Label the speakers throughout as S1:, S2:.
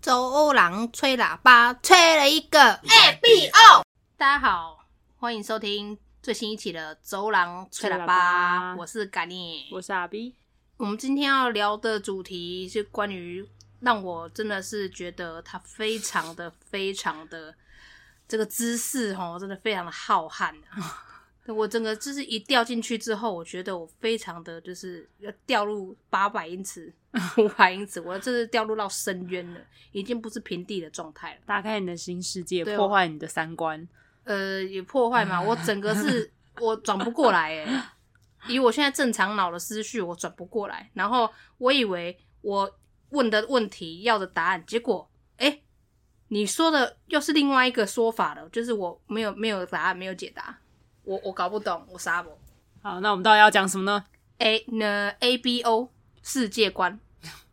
S1: 周郎吹喇叭，吹了一个
S2: A B O。
S1: 大家好，欢迎收听最新一期的《周郎吹喇
S3: 吹喇
S1: 叭》，
S3: 叭
S1: 我是嘎尼。
S3: 我是阿 B，
S1: 我们今天要聊的主题是关于让我真的是觉得他非常的非常的这个姿势哦，真的非常的浩瀚啊！ 我整个就是一掉进去之后，我觉得我非常的就是要掉入八百英尺、五百英尺，我这是掉入到深渊了，已经不是平地的状态了。
S3: 打开你的新世界，
S1: 对
S3: 破坏你的三观。
S1: 呃，也破坏嘛，我整个是我转不过来哎，以我现在正常脑的思绪，我转不过来。然后我以为我问的问题要的答案，结果哎、诶你说的又是另外一个说法了，就是我没有没有答案，没有解答，我我搞不懂，我傻不。
S3: 好，那我们到底要讲什么呢？
S1: A 呢 A B O 世界观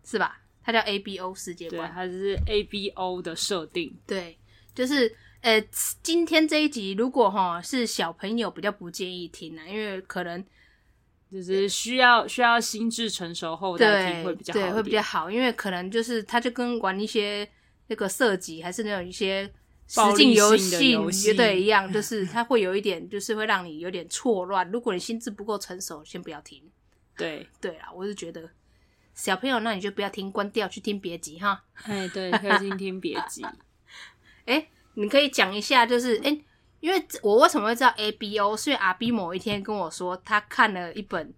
S1: 是吧？它叫 A B O 世界
S3: 对，
S1: 观，
S3: 它是 A B O 的设定。
S1: 对，就是呃，今天这一集如果哈是小朋友比较不建议听啊，因为可能
S3: 就是需要需要心智成熟后再
S1: 对
S3: 听会比较好一
S1: 对
S3: 点，
S1: 会比较好，因为可能就是他就跟玩一些那个射击还是那种一些实
S3: 暴
S1: 境
S3: 力
S1: 游
S3: 性的
S1: 戏
S3: 游戏
S1: 对一 样，就是它会有一点就是会让你有点错乱。如果你心智不够成熟，先不要听。
S3: 对，
S1: 对啦，我是觉得小朋友那你就不要听，关掉去听别集哈。
S3: 哎， 对，可以听听别集。
S1: 哎，你可以讲一下，就是哎，因为我为什么会知道 A B O，是因为阿 B 某一天跟我说他看了一本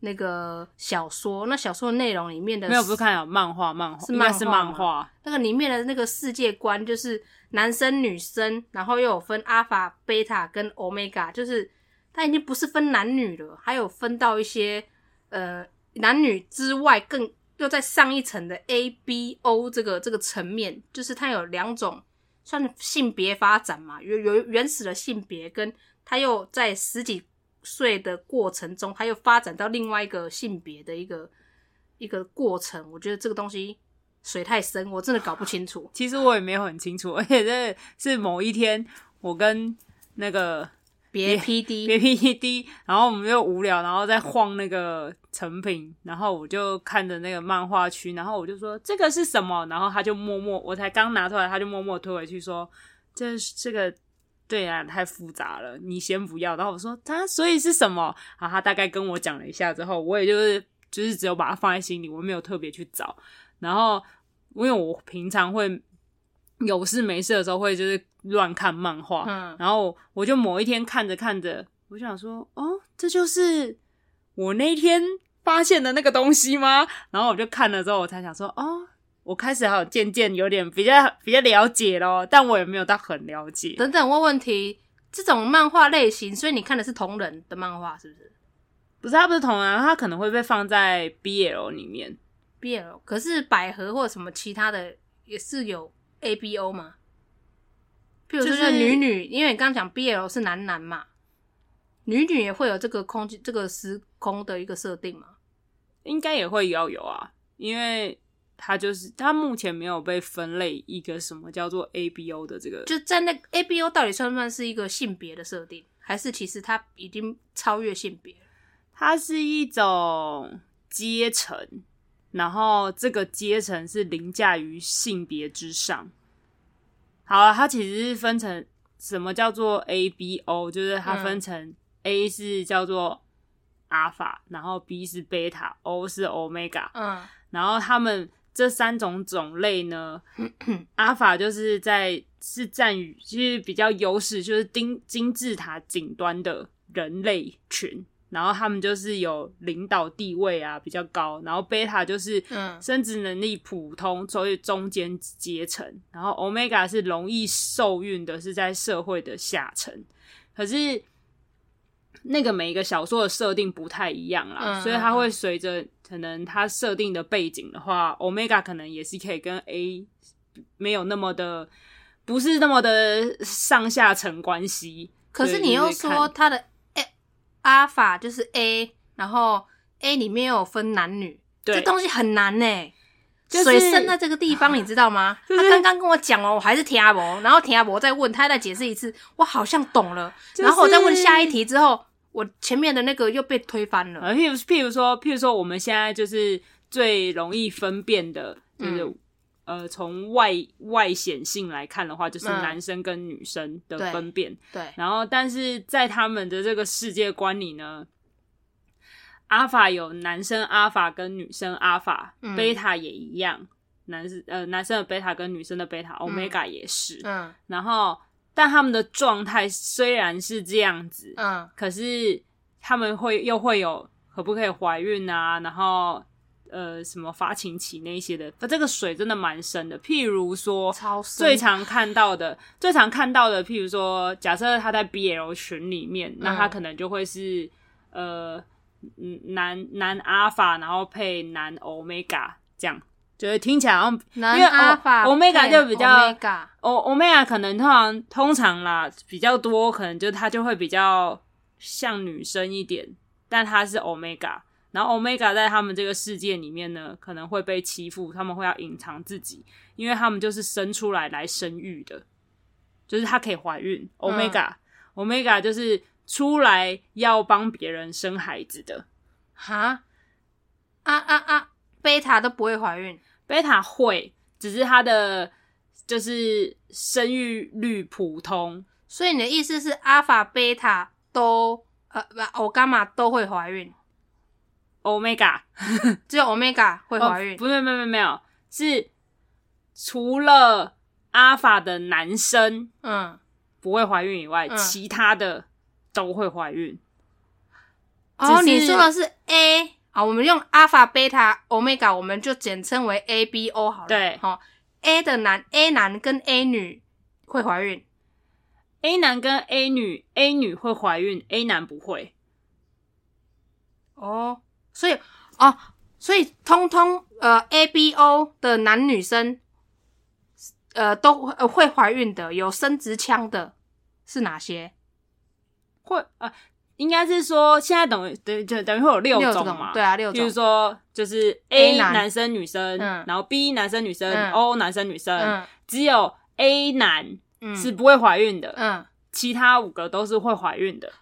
S1: 那个小说，那小说内容里面的
S3: 没有，不是看了漫画，漫画
S1: 是
S3: 应该
S1: 漫
S3: 是
S1: 画
S3: 漫
S1: 吗
S3: 画，
S1: 那个里面的那个世界观就是男生女生，然后又有分阿法、贝塔跟欧米伽，就是它已经不是分男女了，还有分到一些呃男女之外更又在上一层的 A B O 这个这个层面，就是它有两种算是性别发展嘛，有有原始的性别，跟它又在十几岁的过程中，它又发展到另外一个性别的一个一个过程。我觉得这个东西水太深，我真的搞不清 楚。
S3: 其实我也没有很清楚，而且这是某一天我跟那个
S1: 别
S3: 别
S1: P
S3: B
S1: D，
S3: P D，然后我们就无聊，然后在晃那个成品，然后我就看着那个漫画区，然后我就说这个是什么，然后他就默默，我才刚拿出来，他就默默推回去说这是这个。对啊，太复杂了，你先不要。然后我说他，所以是什么？然后他大概跟我讲了一下之后，我也就是就是只有把它放在心里，我没有特别去找。然后因为我平常会有事没事的时候会就是乱看漫画，
S1: 嗯，
S3: 然后我就某一天看着看着，我就想说，哦，这就是我那天发现的那个东西吗？然后我就看了之后，我才想说，哦，我开始好像渐渐有点比较比较了解咯，但我也没有到很了解。
S1: 等等问问题。这种漫画类型，所以你看的是同人的漫画是不是
S3: 不是，它不是同人，它可能会被放在 BL 里面。
S1: ？BL，可是百合或者什么其他的也是有 A B O 嘛？譬如说
S3: 就
S1: 就是
S3: 是
S1: 女女，因为你刚刚讲 BL 是男男嘛，女女也会有这个空间、这个时空的一个设定嘛？
S3: 应该也会要有啊，因为它就是它目前没有被分类一个什么叫做 ABO 的这个，
S1: 就在那 A B O 到底算不算是一个性别的设定，还是其实它已经超越性别了？
S3: 它是一种阶层，然后这个阶层是凌驾于性别之上。好啊，它其实是分成什么叫做 A B O，就是它分成 A 是叫做阿法，然后 B 是贝塔，O 是 omega，
S1: 嗯，
S3: 然后他们这三种种类呢，阿法就是在是占于就是比较优势，就是金金字塔顶端的人类群，然后他们就是有领导地位啊比较高，然后贝塔就是
S1: 嗯
S3: 生殖能力普通，所以中间阶层，然后 omega 是容易受孕的，是在社会的下层，可是。那个每一个小说的设定不太一样啦，
S1: 嗯
S3: 所以它会随着可能它设定的背景的话，Omega 可能也是可以跟 A 没有那么的，不是那么的上下层关系。
S1: 可是
S3: 对
S1: 你又
S3: 就是
S1: 说
S3: 看
S1: 它的 A 阿法就是 A，然后 A 里面又有分男女，
S3: 对
S1: 这东西很难呢、
S3: 就是
S1: 水深在这个地方，你知道吗？
S3: 就是
S1: 他刚刚跟我讲完，我还是听阿伯，然后听阿伯再问，他再解释一次，我好像懂了，
S3: 就是
S1: 然后我再问下一题之后，我前面的那个又被推翻了。
S3: 呃，譬如譬如说，譬如说，我们现在就是最容易分辨的，就是
S1: 嗯
S3: 呃从外外显性来看的话，就是
S1: 嗯
S3: 男生跟女生的
S1: 对
S3: 分辨。
S1: 对，
S3: 然后，但是在他们的这个世界观里呢，阿法有男生阿法跟女生阿法，
S1: 嗯
S3: 贝塔也一样，男生呃男生的贝塔跟女生的贝塔，欧米伽也是。
S1: 嗯
S3: 然后，但他们的状态虽然是这样子，
S1: 嗯
S3: 可是他们会又会有可不可以怀孕啊，然后呃什么发情期那一些的，这个水真的蛮深的。譬如说，
S1: 超深
S3: 最常看到的、最常看到的，譬如说，假设他在 BL 群里面，那
S1: 嗯
S3: 他可能就会是呃嗯男男阿法，然后配男欧米伽这样。就是听起来好像
S1: 男
S3: 因为哦
S1: 阿法
S3: omega 就比较
S1: omega，
S3: 欧欧米伽啊可能通常通常啦比较多，可能就它就会比较像女生一点，但它是欧米伽。然后欧米伽在他们这个世界里面呢，可能会被欺负，他们会要隐藏自己，因为他们就是生出来来生育的，就是它可以怀孕。欧米伽，欧米伽就是出来要帮别人生孩子的。
S1: 哈啊啊啊，贝塔都不会怀孕，
S3: 贝塔会，只是它的就是生育率普通，
S1: 所以你的意思是阿法、贝塔都呃不，欧伽马都会怀孕，
S3: 欧米伽。
S1: 只有 omega 会怀
S3: 哦
S1: 孕。
S3: 不是，没有没有没有，是除了阿法的男生
S1: 嗯，
S3: 不会怀孕以外，
S1: 嗯
S3: 其他的都会怀孕。
S1: 哦，
S3: 只是
S1: 你说的是 A 啊，我们用阿法、贝塔、omega，我们就简称为 A、B、O 好了。
S3: 对
S1: 好、a 的男 A 男跟 A 女会怀孕，
S3: A 男跟 A 女，A 女会怀孕，A 男不会。
S1: 哦，所以哦，所以通通呃 A B O 的男女生，呃都呃会怀孕的，有生殖腔的是哪些？
S3: 会呃，应该是说现在等于等于就等于会有六
S1: 六
S3: 种
S1: 种
S3: 嘛？
S1: 对啊，六
S3: 比如
S1: 种。
S3: 说，就是
S1: A
S3: A
S1: 男
S3: 男生女生，
S1: 嗯
S3: 然后 B 男生女生、
S1: 嗯
S3: o 男生女生，
S1: 嗯
S3: 只有 A 男
S1: 嗯
S3: 是不会怀孕的，
S1: 嗯，
S3: 其他五个都是会怀孕的，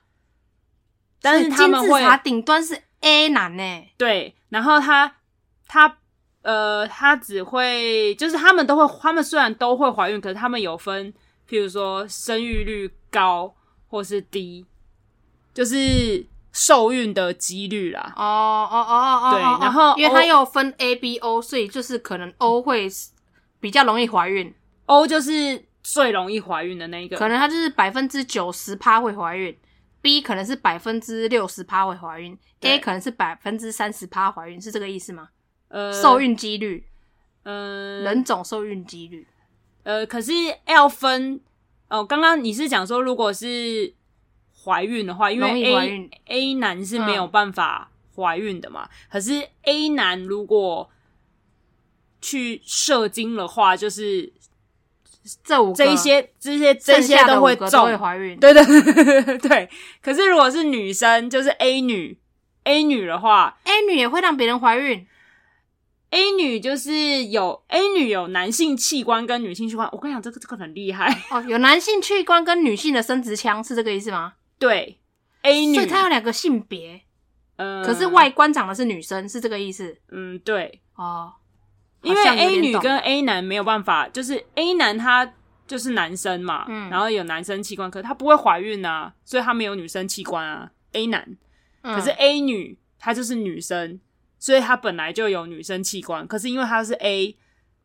S3: 但是
S1: 所以
S3: 他们
S1: 金字
S3: 会
S1: 塔顶端是 A 男欸呢。
S3: 对，然后他他呃，他只会就是他们都会，他们虽然都会怀孕，可是他们有分，譬如说生育率高或是低，就是受孕的几率啦。
S1: 哦哦哦哦哦，
S3: 对
S1: 哦哦
S3: 然后
S1: 因为它
S3: O-
S1: 又分 A B O，所以就是可能 O 会比较容易怀孕，
S3: O 就是最容易怀孕的那一个，
S1: 可能它就是百分之九十趴会怀孕。B 可能是百分之六十趴会怀孕
S3: 对
S1: ，A 可能是百分之三十趴怀孕，是这个意思吗？
S3: 呃
S1: 受，孕几率，
S3: 呃，
S1: 人种受孕几率，
S3: 呃，可是要分哦。刚刚你是讲说，如果是怀孕的话，因
S1: 容
S3: 为
S1: 易怀孕
S3: A A 男是没有办法怀孕的嘛。可是 A 男如果去射精的话，就是
S1: 这五个
S3: 这一些这些这
S1: 剩
S3: 些
S1: 下的
S3: 会
S1: 五个都
S3: 中
S1: 会，怀孕。
S3: 对 对对对。可是如果是女生，就是 A 女 A 女的话
S1: A 女也会让别人怀孕，
S3: ，A 女就是有 A 女有男性器官跟女性器官。我跟你讲，这个这个很厉害。
S1: 哦，有男性器官跟女性的生殖腔，是这个意思吗？
S3: 对 A 女，
S1: 所以它有两个性别，
S3: 呃，
S1: 可是外观长的是女生，是这个意思
S3: 嗯，对，
S1: 哦。
S3: 因为
S1: 好像有
S3: A
S1: 点
S3: 女
S1: 懂
S3: 跟 A 男没有办法，就是 A 男他就是男生嘛，
S1: 嗯
S3: 然后有男生器官，可是他不会怀孕啊，所以他没有女生器官啊。A 男，
S1: 嗯
S3: 可是 A 女她就是女生，所以她本来就有女生器官，可是因为她是 A，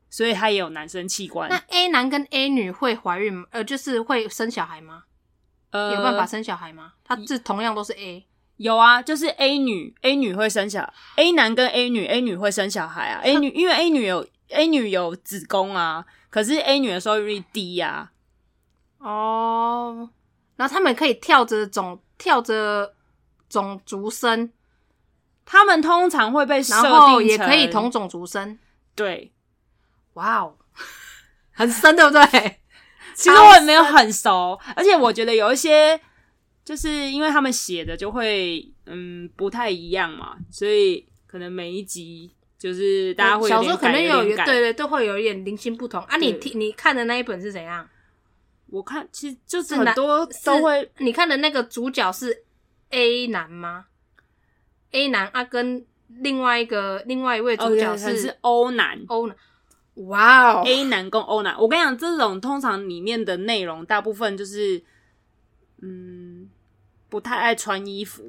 S3: 所以她也有男生器官
S1: 那。A 男跟 A 女会怀孕吗，呃，就是会生小孩吗？
S3: 呃，
S1: 有办法生小孩吗？它是同样都是 A，
S3: 有啊，就是 A 女，A 女会生小，A 男跟 A 女，A 女会生小孩啊。A 女因为 A 女有 A 女有子宫啊，可是 A 女的收育率低啊呀、
S1: 哦，然后他们可以跳着种跳着种族生，
S3: 他们通常会被设
S1: 然
S3: 定
S1: 后也
S3: 成
S1: 可以同种族生。
S3: 对。
S1: 哇哦，很深，对不对？
S3: 其实我也没有很熟，而且我觉得有一些就是因为他们写的就会嗯不太一样嘛，所以可能每一集就是大家会
S1: 小
S3: 有
S1: 说
S3: 点
S1: 可
S3: 改
S1: 能有
S3: 点改。
S1: 对对，都会有一点零星不同啊。你
S3: 对
S1: 听你看的那一本是怎样？
S3: 我看其实就是
S1: 是
S3: 很
S1: 男
S3: 多都会
S1: 是你看的那个主角是 A 男吗？A 男啊，跟另外一个另外一位
S3: 哦
S1: 主角
S3: 可能是
S1: 是
S3: 欧男，
S1: O 男。哇哦，
S3: A 男跟 O 男。我跟你讲，这种通常里面的内容大部分就是，嗯，不太爱穿 衣服，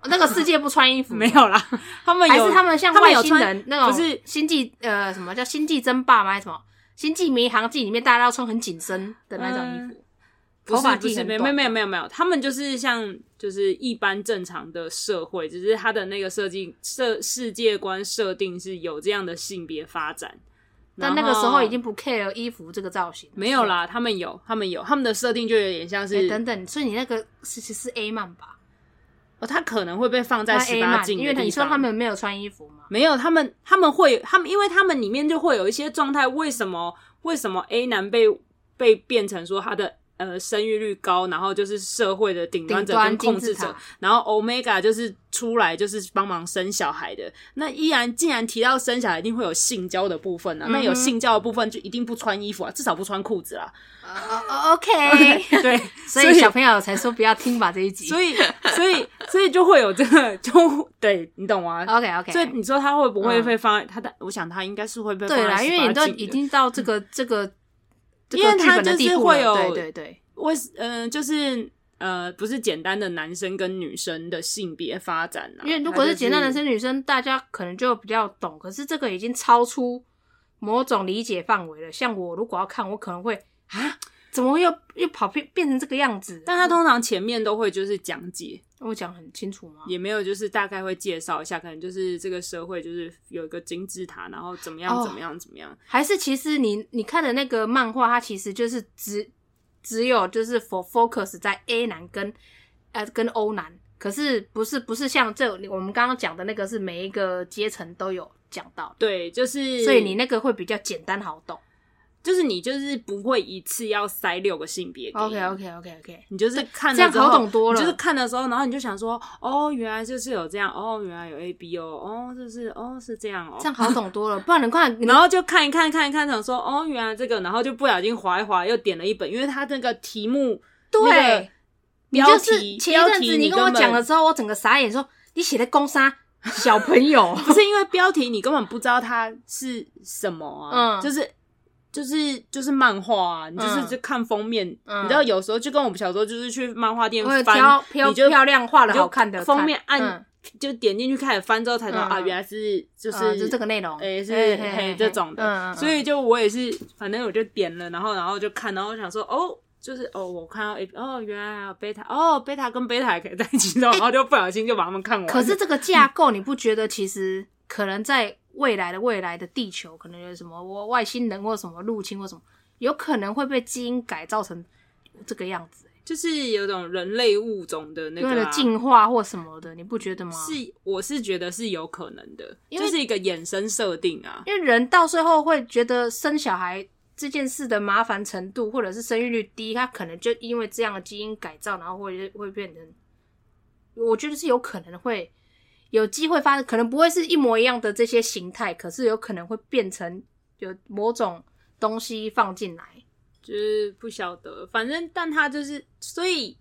S1: 哦那个世界不穿衣服
S3: 没，有啦。他们
S1: 还
S3: 有
S1: 是他们像
S3: 他们
S1: 外
S3: 有
S1: 星
S3: 穿
S1: 人那种，
S3: 不是
S1: 星际呃什么叫星际争霸吗？还是什么星际迷航记里面大家要穿很紧身的那种衣服，
S3: 嗯不
S1: 头
S3: 是
S1: 发
S3: 不
S1: 系
S3: 是
S1: 很
S3: 没
S1: 短
S3: 有没有没有没有没有，他们就是像就是一般正常的社会，只是他的那个设计设世界观设定是有这样的性别发展。
S1: 但那
S3: 然
S1: 个时候
S3: 后
S1: 已经不 care 衣服这个造型了，
S3: 没有啦，他们有他们有他们的设定就有点像
S1: 是不是。
S3: 是
S1: 哎，等等，所以你那个其实是 A 漫吧？
S3: 哦，他可能会被放在
S1: 那
S3: 十
S1: A
S3: 八
S1: 漫，
S3: 禁的
S1: 因为
S3: 地
S1: 你说
S3: 方
S1: 他们没有穿衣服嘛，
S3: 没有，他们他们会他们，因为他们里面就会有一些状态，为什么为什么 A 男被被变成说他的呃生育率高，然后就是社会的顶端
S1: 顶
S3: 者
S1: 端
S3: 跟控
S1: 金
S3: 制
S1: 字
S3: 者
S1: 塔，，
S3: 然后 Omega 就是出来就是帮忙生小孩的。那依然既然提到生小孩，一定会有性交的部分啊，那有
S1: 嗯哼
S3: 性交的部分就一定不穿衣服啊，至少不穿裤子啦。
S1: 呃
S3: 哦
S1: 呃 OK，
S3: 对，
S1: 所以小朋友才说不要听吧这一集。
S3: 所以所以所以就会有这个，就对你懂吗？
S1: OK OK，
S3: 所以你说他会不会
S1: 嗯
S3: 被放在、他的？我想他应该是会被放
S1: 对
S3: 在
S1: 啦，因为你
S3: 18
S1: 都
S3: 禁的
S1: 已经到这个这个，这
S3: 嗯因为
S1: 个剧
S3: 它
S1: 本的
S3: 就是
S1: 地步
S3: 会
S1: 了对
S3: 有
S1: 对对，
S3: 为嗯、呃，就是呃，不是简单的男生跟女生的性别发展啊。
S1: 因为如果
S3: 它
S1: 是
S3: 就
S1: 简单男生哦女生，大家可能就比较懂，可是这个已经超出某种理解范围了。像我如果要看，我可能会啊，怎么又又跑变变成这个样子？
S3: 但他通常前面都会就是讲解，
S1: 我讲很清楚吗？
S3: 也没有就是大概会介绍一下，可能就是这个社会就是有一个金字塔，然后怎么样
S1: 哦
S3: 怎么样怎么样。
S1: 还是其实你你看的那个漫画，它其实就是只只有就是 for focus 在 A 男跟呃跟 O 男，可是不是不是像这我们刚刚讲的那个是每一个阶层都有讲到，
S3: 对，就是
S1: 所以你那个会比较简单好懂。
S3: 就是你就是不会一次要塞六个性别给你
S1: OK OK OK OK，
S3: 你就是看了
S1: 这样
S3: 之后
S1: 好懂多了
S3: 你就是看的时候，然后你就想说，哦，原来就是有这样，哦，原来有 A B 哦，哦，就是哦是这样哦，
S1: 这样好懂多了，不然你看你
S3: 然后就看一看看一看，想说哦，原来这个，然后就不小心划一划，又点了一本，因为它那个题目那个
S1: 对，你
S3: 标
S1: 就是
S3: 题
S1: 前一阵子你跟我讲了
S3: 了，
S1: 之后，我整个傻眼说你写的攻杀小朋友，
S3: 不是因为标题你根本不知道它是什么啊，
S1: 嗯
S3: 就是。就是就是漫画啊，你就是
S1: 嗯
S3: 就看封面，
S1: 嗯
S3: 你知道有时候就跟我们小时候就是去漫画店
S1: 我有
S3: 翻，
S1: 挑漂
S3: 你就
S1: 漂亮画的
S3: 你就
S1: 好看的
S3: 封面
S1: 看
S3: 按、
S1: 嗯
S3: 就点进去开始翻之后才知道、
S1: 嗯
S3: 啊，原来是 就是、
S1: 啊就这个内容，
S3: 诶是
S1: 嘿
S3: 嘿这种的
S1: 嗯嗯嗯
S3: 所以就我也是，反正我就点了，然后然后就看，然后我想说哦。就是哦，我看到 A 哦，原来还有贝塔哦，贝塔跟贝塔也可以在一起，然后然后就不小心就把他们看完。
S1: 可是这个架构，你不觉得其实可能在未来的未来的地球，可能有什么我外星人或什么入侵或什么，有可能会被基因改造成这个样子、
S3: 就是有种人类物种的那
S1: 为
S3: 个、
S1: 了
S3: 啊、
S1: 进化或什么的，你不觉得吗？
S3: 是，我是觉得是有可能的，
S1: 因
S3: 就
S1: 为
S3: 是一个衍生设定啊。
S1: 因为人到最后会觉得生小孩这件事的麻烦程度，或者是生育率低，他可能就因为这样的基因改造，然后会会变成，我觉得是有可能会有机会发生，可能不会是一模一样的这些形态，可是有可能会变成有某种东西放进来。
S3: 就是不晓得，反正但他就是，所以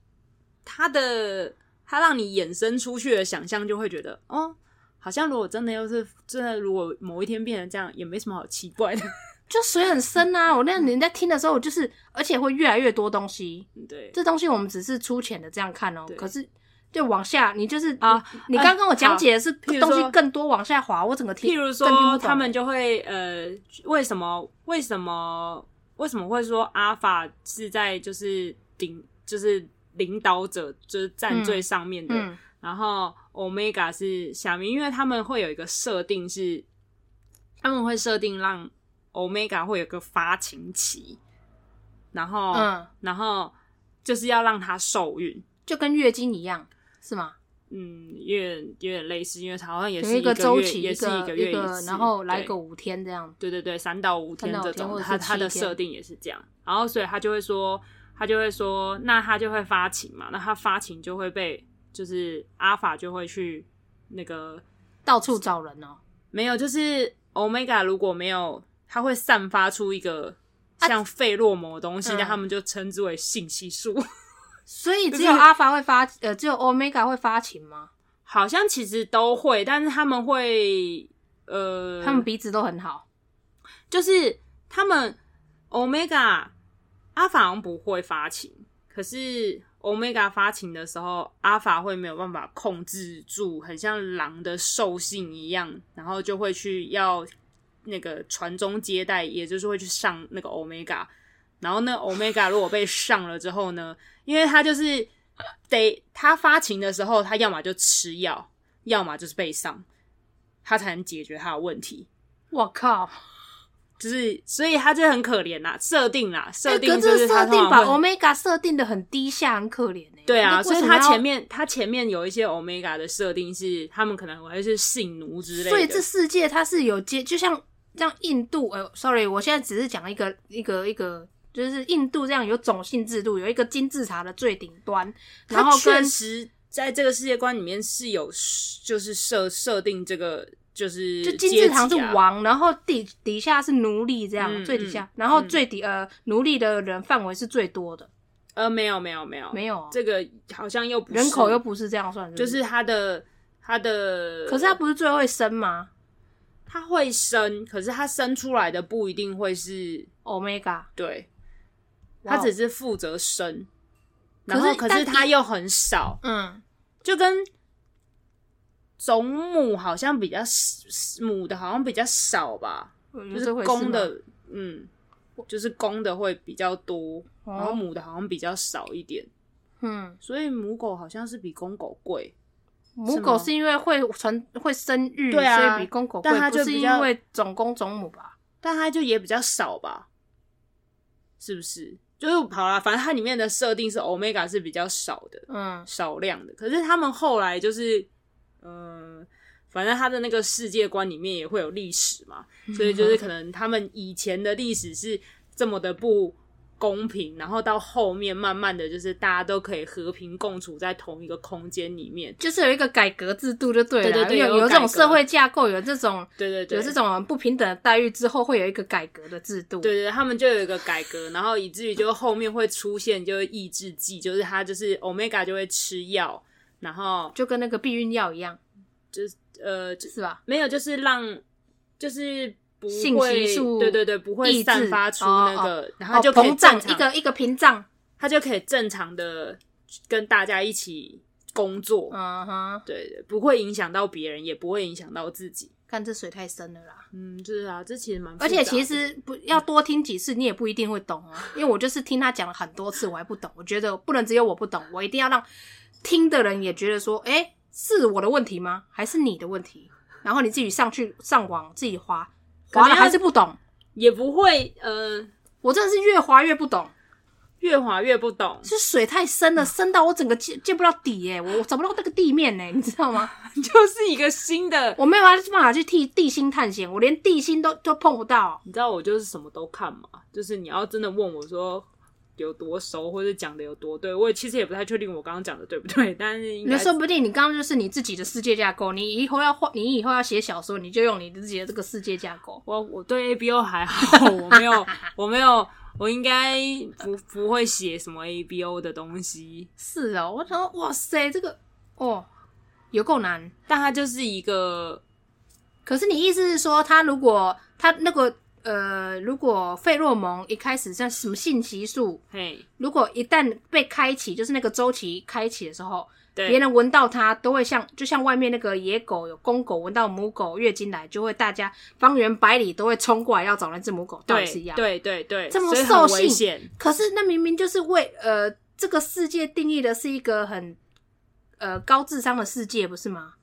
S3: 他的他让你衍生出去的想象，就会觉得哦，好像如果真的要是真的，如果某一天变成这样，也没什么好奇怪的。
S1: 就水很深啊！我那年在听的时候，我就是，而且会越来越多东西。
S3: 对，
S1: 这东西我们只是粗浅的这样看哦
S3: 对，
S1: 可是就往下，你就是
S3: 啊
S1: 你你
S3: 啊
S1: 刚跟我讲解的是
S3: 譬如
S1: 东西
S3: 说
S1: 更多往下滑，我整个听，
S3: 譬如
S1: 更听不
S3: 说
S1: 懂
S3: 他们就会呃，为什么为什么为什么会说阿法是在就是顶就是领导者就是站最上面的，
S1: 嗯
S3: 然后 Omega 是下面，因为他们会有一个设定是，他们会设定让 Omega 会有个发情期，然后、
S1: 嗯，
S3: 然后就是要让它受孕，
S1: 就跟月经一样，是吗？
S3: 嗯，有点有点类似，因为它好像也
S1: 有
S3: 是
S1: 个
S3: 月
S1: 周期，
S3: 也是
S1: 一
S3: 个
S1: 个
S3: 月
S1: 一
S3: 次
S1: 然后来
S3: 对
S1: 个五天这样。
S3: 对对对，三到五天
S1: 三到五
S3: 这
S1: 天
S3: 种
S1: 或
S3: 的，
S1: 者是
S3: 他他的
S1: 七天
S3: 设定也是这样。然后所以他就会说，他就会说，那他就会发情嘛，那他发情就会被就是阿法就会去那个
S1: 到处找人哦，
S3: 没有，就是 Omega 如果没有，它会散发出一个
S1: 啊
S3: 像费洛蒙的东西，
S1: 嗯
S3: 那、他们就称之为信息素。
S1: 所以
S3: 就
S1: 只有
S3: 是
S1: 阿法会发，呃，只有 Omega 会发情吗？
S3: 好像其实都会，但是他们会呃，
S1: 他们彼此都很好，
S3: 就是他们 Omega 阿法好像不会发情，可是 Omega 发情的时候，阿法会没有办法控制住，很像狼的兽性一样，然后就会去要那个传宗接代，也就是会去上那个 Omega。然后那 Omega 如果被上了之后呢，因为它就是得它发情的时候，它要么就吃药，要么就是被上，它才能解决它的问题。
S1: 我靠！
S3: 就是，所以它就很可怜啦，设定啦，设定
S1: 欸可
S3: 就是是它
S1: 设
S3: 通
S1: 定
S3: 常
S1: 把
S3: 会
S1: Omega 设定的很低下，很可怜欸
S3: 对啊，
S1: 那
S3: 所
S1: 为
S3: 以
S1: 什么
S3: 它
S1: 要
S3: 前面它前面有一些 omega 的设定是他们可能还是性奴之类的，
S1: 所以这世界它是有接，就像像印度，呃，sorry，我现在只是讲一个一个一个，就是印度这样有种姓制度，有一个金字塔的最顶端，然
S3: 它
S1: 后
S3: 确
S1: 跟
S3: 实在这个世界观里面是有就是设设定这个就是
S1: 就金字塔是
S3: 阶级啊，
S1: 王，然后底底下是奴隶这样，
S3: 嗯
S1: 最底
S3: 嗯
S1: 下，然后
S3: 嗯
S1: 最底、呃奴隶的人范围是最多的，
S3: 呃，没有没有没有
S1: 没有哦
S3: 这个好像又不是
S1: 人口又不是这样算是不
S3: 就是是它的它的，
S1: 可是它不是最会生吗
S3: 它会生，可是它生出来的不一定会是
S1: ？Omega，
S3: 对，
S1: 哇
S3: 他
S1: 哦
S3: 只是负责生，
S1: 可
S3: 然
S1: 是
S3: 后可
S1: 但
S3: 是他又很少，
S1: 嗯，
S3: 就跟种母好像比较少母的，好像比较少吧，就
S1: 有
S3: 是
S1: 嗯这回事
S3: 公
S1: 吗，
S3: 的，嗯，就是公的会比较多，然后
S1: 哦，
S3: 母的好像比较少一点，
S1: 嗯，
S3: 所以母狗好像是比公狗贵，
S1: 母狗
S3: 吗
S1: 是因为会传会生育，
S3: 对啊
S1: 所以比公狗贵，
S3: 但它
S1: 不
S3: 就是比
S1: 因
S3: 较
S1: 为种公种母吧？
S3: 但它就也比较少吧，是不是？就是好啦，反正它里面的设定是 omega 是比较少的，
S1: 嗯，
S3: 少量的。可是他们后来就是，嗯，反正他的那个世界观里面也会有历史嘛，所以就是可能他们以前的历史是这么的不公平，然后到后面慢慢的就是大家都可以和平共处在同一个空间里面。
S1: 就是有一个改革制度就对了啦，
S3: 对对对
S1: 有
S3: 有
S1: 有这
S3: 改
S1: 种
S3: 革
S1: 社会架构，有这种
S3: 对对对，
S1: 有这种不平等的待遇之后，会有一个改革的制度。
S3: 对对，对他们就有一个改革，然后以至于就后面会出现就是抑制剂，就是他就是 omega 就会吃药，然后
S1: 就跟那个避孕药一样，
S3: 呃就是
S1: 吧？
S3: 没有，就是让就是不会
S1: 信息素
S3: 对对对，不
S1: 抑
S3: 会
S1: 制
S3: 散发出
S1: 哦
S3: 那个，然
S1: 哦
S3: 后它就可以
S1: 膨胀
S3: 正
S1: 一
S3: 常，
S1: 个一个屏障，
S3: 他就可以正常的跟大家一起工作，
S1: 嗯哼，
S3: 对对，不会影响到别人，也不会影响到自己。
S1: 看这水太深了啦。
S3: 嗯，就是啊，这其实蛮复杂
S1: 而
S3: 的，
S1: 且其实不要多听几次，你也不一定会懂啊。 因为我就是听他讲了很多次，我还不懂。我觉得不能只有我不懂，我一定要让听的人也觉得说，哎、是我的问题吗？还是你的问题？然后你自己上去上网自己划，
S3: 可能
S1: 划了
S3: 要
S1: 还是不懂。
S3: 也不会呃
S1: 我真的是越划越不懂，
S3: 越滑越不懂，
S1: 是水太深了，深到我整个见见不到底耶、我我找不到那个地面呢、你知道吗？
S3: 就是一个新的。
S1: 我没有办法去替地心探险，我连地心都都碰不到。
S3: 你知道我就是什么都看嘛，就是你要真的问我说。有多熟，或者讲的有多对，我也其实也不太确定我刚刚讲的对不对，但是应该
S1: 那说不定你刚刚就是你自己的世界架构，你以后要画，你以后要写小说，你就用你自己的这个世界架构。
S3: 我我对 A B O 还好， 我没有，我没有，我应该不不会写什么 A B O 的东西，
S1: 是哦，我想说，哇塞，这个哦，有够难。
S3: 但它就是一个
S1: 可是你意思是说，他如果他那个呃，如果费洛蒙一开始像什么信息素，
S3: 嘿，
S1: 如果一旦被开启，就是那个周期开启的时候，
S3: 对，
S1: 别人闻到它都会像，就像外面那个野狗有公狗闻到母狗月经来，就会大家方圆百里都会冲过来要找那只母狗，到底是一
S3: 对
S1: 样。
S3: 对对对，
S1: 这么
S3: 所以
S1: 兽
S3: 很
S1: 性
S3: 危险，
S1: 可是那明明就是为呃这个世界定义的是一个很呃高智商的世界，不是吗？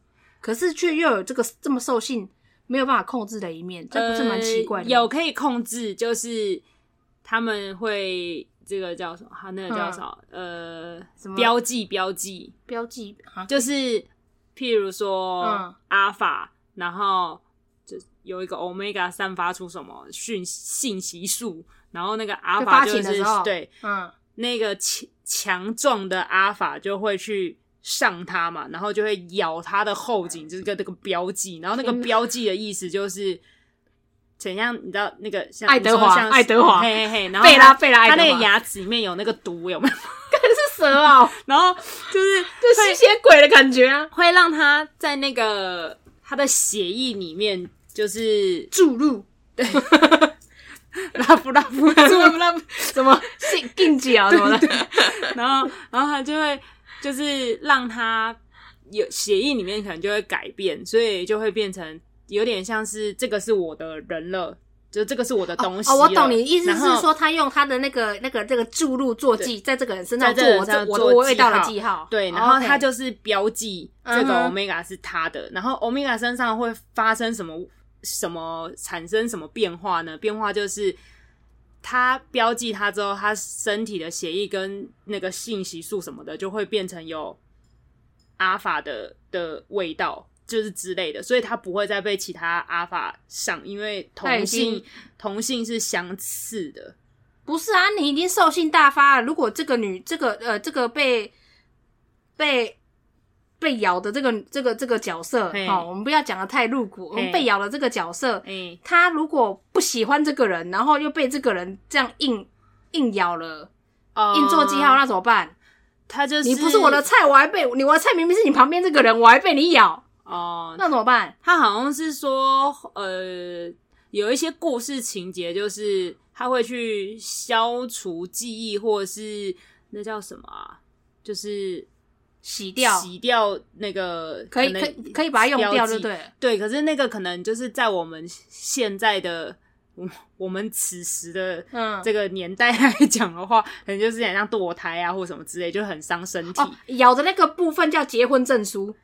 S1: 可是却又有这个这么兽性没有办法控制的一面，这不是蛮奇怪的
S3: 呃
S1: 吗、
S3: 有可以控制，就是他们会这个叫什么？他那个叫什么？
S1: 嗯什
S3: 呃，
S1: 么
S3: 标记标记，
S1: 标记啊？
S3: 就是譬如说、
S1: 嗯
S3: 阿法，然后就有一个 omega 散发出什么讯信息素，然后那个阿
S1: 就发
S3: 法
S1: 情
S3: 就
S1: 的
S3: 是
S1: 时候
S3: 对
S1: 嗯，
S3: 那个强强壮的阿法就会去。上它嘛，然后就会咬它的后颈，就是个那个标记。然后那个
S1: 天哪
S3: 标记的意思就是怎样，你知道那个像
S1: 爱德华
S3: 你说像是
S1: 爱德华
S3: 嘿嘿嘿，然后
S1: 贝拉
S3: 它
S1: 贝拉爱
S3: 它
S1: 德华，
S3: 那个牙哦齿里面有那个毒，有没有？
S1: 是蛇啊、
S3: 然后就是
S1: 就吸血鬼的感觉啊，
S3: 会让他在那个他的血液里面，就是
S1: 注入
S3: 拉夫拉 夫住，
S2: 那怎么
S1: 性禁忌啊什么的，
S3: 然后然后他就会就是让他有协议里面可能就会改变，所以就会变成有点像是这个是我的人了，就这个是我的 东西
S1: 哦，
S3: 了、
S1: 我懂你意思
S3: 然后
S1: 是说，他用他的那个那个这个注入做剂，在这个人身上
S3: 在
S1: 做我这
S3: 这个人身上
S1: 我
S3: 做
S1: 的味道
S3: 记
S1: 的
S3: 号
S1: 记号。
S3: 对，
S1: 哦
S3: 然后
S1: OK
S3: 它就是标记这个
S1: 嗯哼
S3: omega 是它的，然后 omega 身上会发生什么什么产生什么变化呢？变化就是它标记它之后，它身体的血液跟那个信息素什么的就会变成有阿法的的味道。就是之类的，所以它不会再被其他阿法上，因为
S1: 它
S3: 同
S1: 已经
S3: 性同性是相似的，
S1: 不是啊，你已经兽性大发了。如果这个女这个呃这个被被被咬的这个这个这个角色，
S3: 嘿
S1: 好、我们不要讲的太露骨。我
S3: 嘿
S1: 们被咬的这个角色，
S3: 哎、
S1: 她如果不喜欢这个人，然后又被这个人这样硬硬咬了，
S3: 呃
S1: 硬做记号，那怎么办？
S3: 它就是
S1: 你不是我的菜，我还被你我的菜明明是你旁边这个人，我还被你咬，
S3: 哦、
S1: 那怎么办？
S3: 他好像是说，呃，有一些故事情节，就是他会去消除记忆，或者是那叫什么啊？就是
S1: 洗掉
S3: 洗掉那个
S1: 可以
S3: 能
S1: 可以可以把它用掉
S3: 标
S1: 就
S3: 记
S1: 对了。
S3: 对，可是那个可能就是在我们现在的我我们此时的
S1: 嗯，
S3: 这个年代来讲的话，可能就是很像堕胎啊，或什么之类，就很伤身体，
S1: 哦，咬的那个部分叫结婚证书。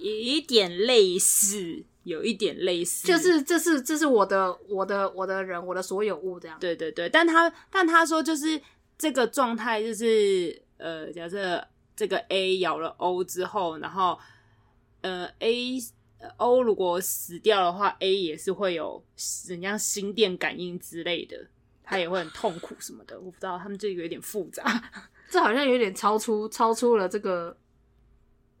S3: 有一点类似，有一点类似，
S1: 就是这是这是我的我的我的人我的所有物这样。
S3: 对对对，但他但他说就是这个状态，就是呃，假设这个 A 咬了 O 之后，然后呃 A 呃 O 如果死掉的话，A 也是会有怎样心电感应之类的，他也会很痛苦什么的。我不知道，他们这个有点复杂。
S1: 这好像有点超出超出了这个。